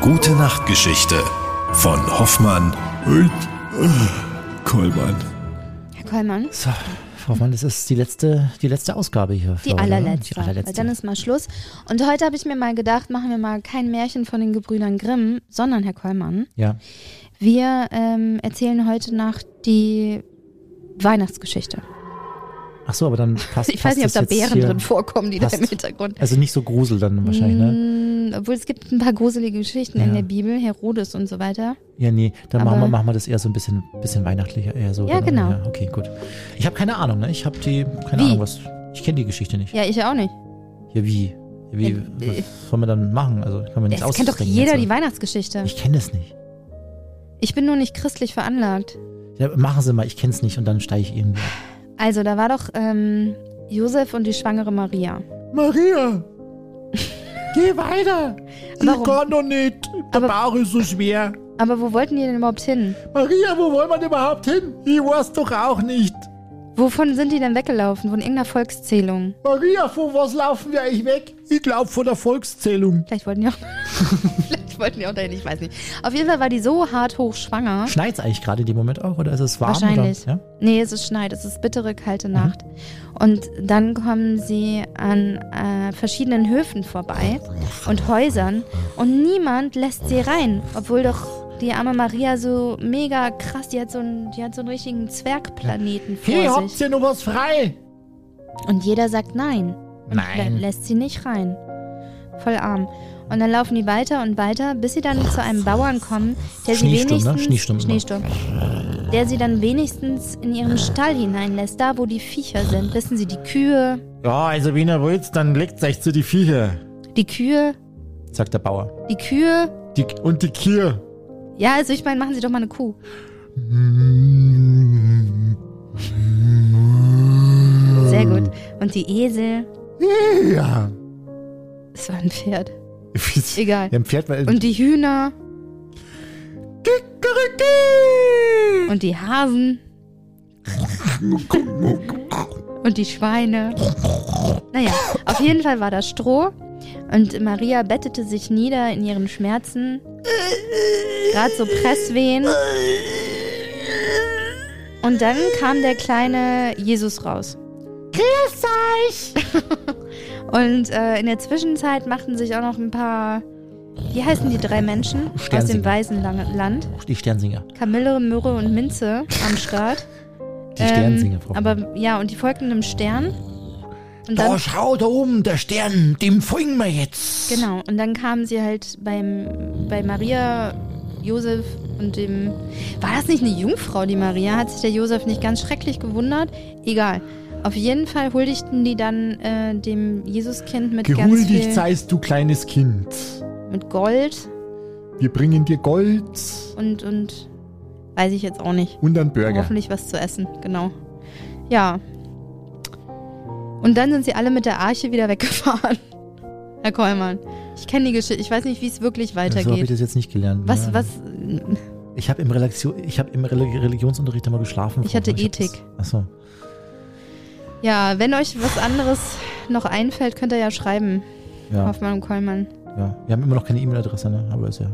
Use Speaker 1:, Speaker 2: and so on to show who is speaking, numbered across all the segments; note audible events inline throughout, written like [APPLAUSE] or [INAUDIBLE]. Speaker 1: Gute Nachtgeschichte von Hoffmann und äh, Kollmann.
Speaker 2: Herr Kollmann,
Speaker 3: So, Frau Mann, das ist die letzte, die letzte Ausgabe hier. für
Speaker 2: die
Speaker 3: heute, ne?
Speaker 2: allerletzte.
Speaker 3: Die
Speaker 2: Weil
Speaker 3: allerletzte.
Speaker 2: Dann ist mal Schluss. Und heute habe ich mir mal gedacht, machen wir mal kein Märchen von den Gebrüdern Grimm, sondern, Herr Kollmann,
Speaker 3: ja.
Speaker 2: wir ähm, erzählen heute Nacht die Weihnachtsgeschichte.
Speaker 3: Ach so,
Speaker 2: [LAUGHS]
Speaker 3: aber dann passt
Speaker 2: Ich weiß nicht, ob
Speaker 3: passt
Speaker 2: da
Speaker 3: das jetzt
Speaker 2: Bären
Speaker 3: hier.
Speaker 2: drin vorkommen, die da im
Speaker 3: passt.
Speaker 2: Hintergrund.
Speaker 3: Also nicht so Grusel dann wahrscheinlich, ne?
Speaker 2: Mm, Obwohl es gibt ein paar gruselige Geschichten in
Speaker 3: Ja.
Speaker 2: der Bibel, Herodes und so weiter.
Speaker 3: Ja, nee, dann machen
Speaker 2: Aber-
Speaker 3: wir, machen wir das eher so ein bisschen, bisschen weihnachtlicher, eher so.
Speaker 2: Ja,
Speaker 3: dann-
Speaker 2: genau.
Speaker 3: Ja, okay, gut. Ich habe keine Ahnung, ne? Ich habe die, keine
Speaker 2: Wie?
Speaker 3: Ahnung, was. Ich kenne die Geschichte nicht. Ja,
Speaker 2: Ja, ich auch nicht.
Speaker 3: wie? Ja, wie?
Speaker 2: Ja, äh,
Speaker 3: was soll man dann machen? Also, kann man nichts
Speaker 2: Es kennt doch
Speaker 3: ausdenken
Speaker 2: jeder
Speaker 3: jetzt,
Speaker 2: die
Speaker 3: ne?
Speaker 2: Weihnachtsgeschichte.
Speaker 3: Ich kenne es nicht.
Speaker 2: Ich bin nur nicht christlich veranlagt.
Speaker 3: Ja, machen Sie mal, ich kenne es nicht und dann steige ich irgendwie. ab.
Speaker 2: Also, da war doch ähm, Josef und die schwangere Maria. [LAUGHS]
Speaker 3: Maria! Geh weiter!
Speaker 2: Warum?
Speaker 3: noch nicht.
Speaker 2: Aber-
Speaker 3: Bauch ist so schwer.
Speaker 2: Aber wo wollten die denn überhaupt hin?
Speaker 3: Maria, wo wollen wir denn überhaupt hin? Ich weiß doch auch nicht.
Speaker 2: Wovon sind die denn weggelaufen? Von irgendeiner Volkszählung?
Speaker 3: Maria, vor was laufen wir eigentlich weg? Ich glaube vor der Volkszählung.
Speaker 2: Vielleicht wollten die auch.
Speaker 3: [LAUGHS]
Speaker 2: Vielleicht wollten die auch dahin, ich weiß nicht. Auf jeden Fall war die so hart hochschwanger.
Speaker 3: Hm? Schneit's eigentlich gerade in dem Moment auch oder ist es warm?
Speaker 2: Wahrscheinlich.
Speaker 3: Oder? Ja? Mhm.
Speaker 2: Nee, es ist schneit, es ist bittere, kalte Nacht. Und dann kommen sie an äh, verschiedenen Höfen vorbei und Häusern und niemand lässt sie rein, obwohl doch die arme Maria so mega krass, die hat so einen, die hat so einen richtigen Zwergplaneten vor sich.
Speaker 3: ihr noch was frei?
Speaker 2: Und jeder sagt nein. Und
Speaker 3: Nein.
Speaker 2: lä- lässt sie nicht rein. Voll arm. Und dann laufen die weiter und weiter, bis sie dann zu einem Bauern kommen, der sie
Speaker 3: Schneesturm, ne?
Speaker 2: wenigstens
Speaker 3: Schneesturm immer.
Speaker 2: Schneesturm, der sie dann wenigstens in ihren Stall hineinlässt, da wo die Viecher sind. Wissen Sie, die Kühe,
Speaker 3: Ja, also wenn ihr wollt, dann legt euch zu die Viecher,
Speaker 2: die Kühe,
Speaker 3: sagt der Bauer.
Speaker 2: die Kühe.
Speaker 3: Die, und die Kier.
Speaker 2: Ja, also ich meine, machen Sie doch mal eine Kuh.
Speaker 3: Äh.
Speaker 2: Sehr gut. Und die Esel,
Speaker 3: [LAUGHS] Ja.
Speaker 2: es war ein Pferd.
Speaker 3: [LAUGHS]
Speaker 2: Egal.
Speaker 3: Ja, ein Pferd war
Speaker 2: Und die Hühner
Speaker 3: Kikeriki!
Speaker 2: und die Hasen. Und die Schweine. Naja, auf jeden Fall war das Stroh. Und Maria bettete sich nieder in ihren Schmerzen. Gerade so Presswehen. Und dann kam der kleine Jesus raus. Grüß euch! [LAUGHS] Und äh, in der Zwischenzeit machten sich auch noch ein paar. Wie heißen die drei Menschen aus dem
Speaker 3: Sternsinger.
Speaker 2: Weißen Land?
Speaker 3: Die Sternsinger.
Speaker 2: Kamille, Möhre und Minze am Start. Ähm,
Speaker 3: Die Sternsinger, Frau
Speaker 2: Aber ja, und die folgten dem Stern. Und dann,
Speaker 3: schau da oben, der Stern, dem folgen wir jetzt.
Speaker 2: genau, und dann kamen sie halt beim, bei Maria, Josef und dem. War das nicht eine Jungfrau, die Maria? Hat sich der Josef nicht ganz schrecklich gewundert? Egal. Auf jeden Fall huldigten die dann äh, dem Jesuskind mit ganz
Speaker 4: Gehuldigt
Speaker 2: viel,
Speaker 4: seist du, kleines Kind.
Speaker 2: mit Gold
Speaker 4: Wir bringen dir Gold
Speaker 2: und, und weiß ich jetzt auch nicht.
Speaker 4: und einen Burger.
Speaker 2: Hoffentlich was zu essen, genau. Ja. Und dann sind sie alle mit der Arche wieder weggefahren. [LAUGHS] Herr Kollmann, ich kenne die Geschichte. Ich weiß nicht, wie es wirklich
Speaker 3: So habe ich
Speaker 2: weitergeht.
Speaker 3: das jetzt nicht gelernt.
Speaker 2: was,
Speaker 3: ne?
Speaker 2: was?
Speaker 3: Ich habe im, Relaxio- ich hab im Reli- Religionsunterricht immer geschlafen.
Speaker 2: Ich hatte
Speaker 3: Frau. hab
Speaker 2: Ethik.
Speaker 3: Das, achso.
Speaker 2: Ja, wenn euch was anderes noch einfällt, könnt ihr ja schreiben.
Speaker 3: Ja,
Speaker 2: Hoffmann und Kollmann.
Speaker 3: ja. Wir haben immer noch keine E-Mail-Adresse, ne? aber ist ja.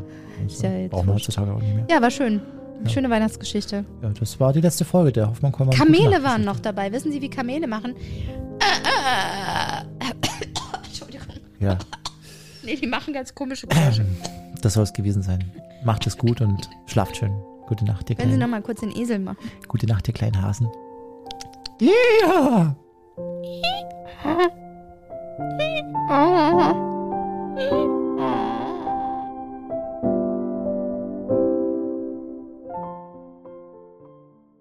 Speaker 2: Ist ja jetzt
Speaker 3: brauchen wir
Speaker 2: wurscht.
Speaker 3: heutzutage auch nicht mehr.
Speaker 2: Ja, war schön. Schöne Weihnachtsgeschichte.
Speaker 3: Ja, das war die letzte Folge der Hoffmann Kollmann.
Speaker 2: Kamele waren noch dabei. Wissen Sie, wie Kamele machen? Äh, [COUGHS] äh, Entschuldigung.
Speaker 3: Ja,
Speaker 2: Nee, die machen ganz komische Geräusche.
Speaker 3: das soll es gewesen sein. Macht es gut und schlaft schön. Gute Nacht, ihr
Speaker 2: Wenn Sie
Speaker 3: kleinen,
Speaker 2: nochmal kurz den Esel machen.
Speaker 3: Gute Nacht, ihr kleinen Hasen. Yeah!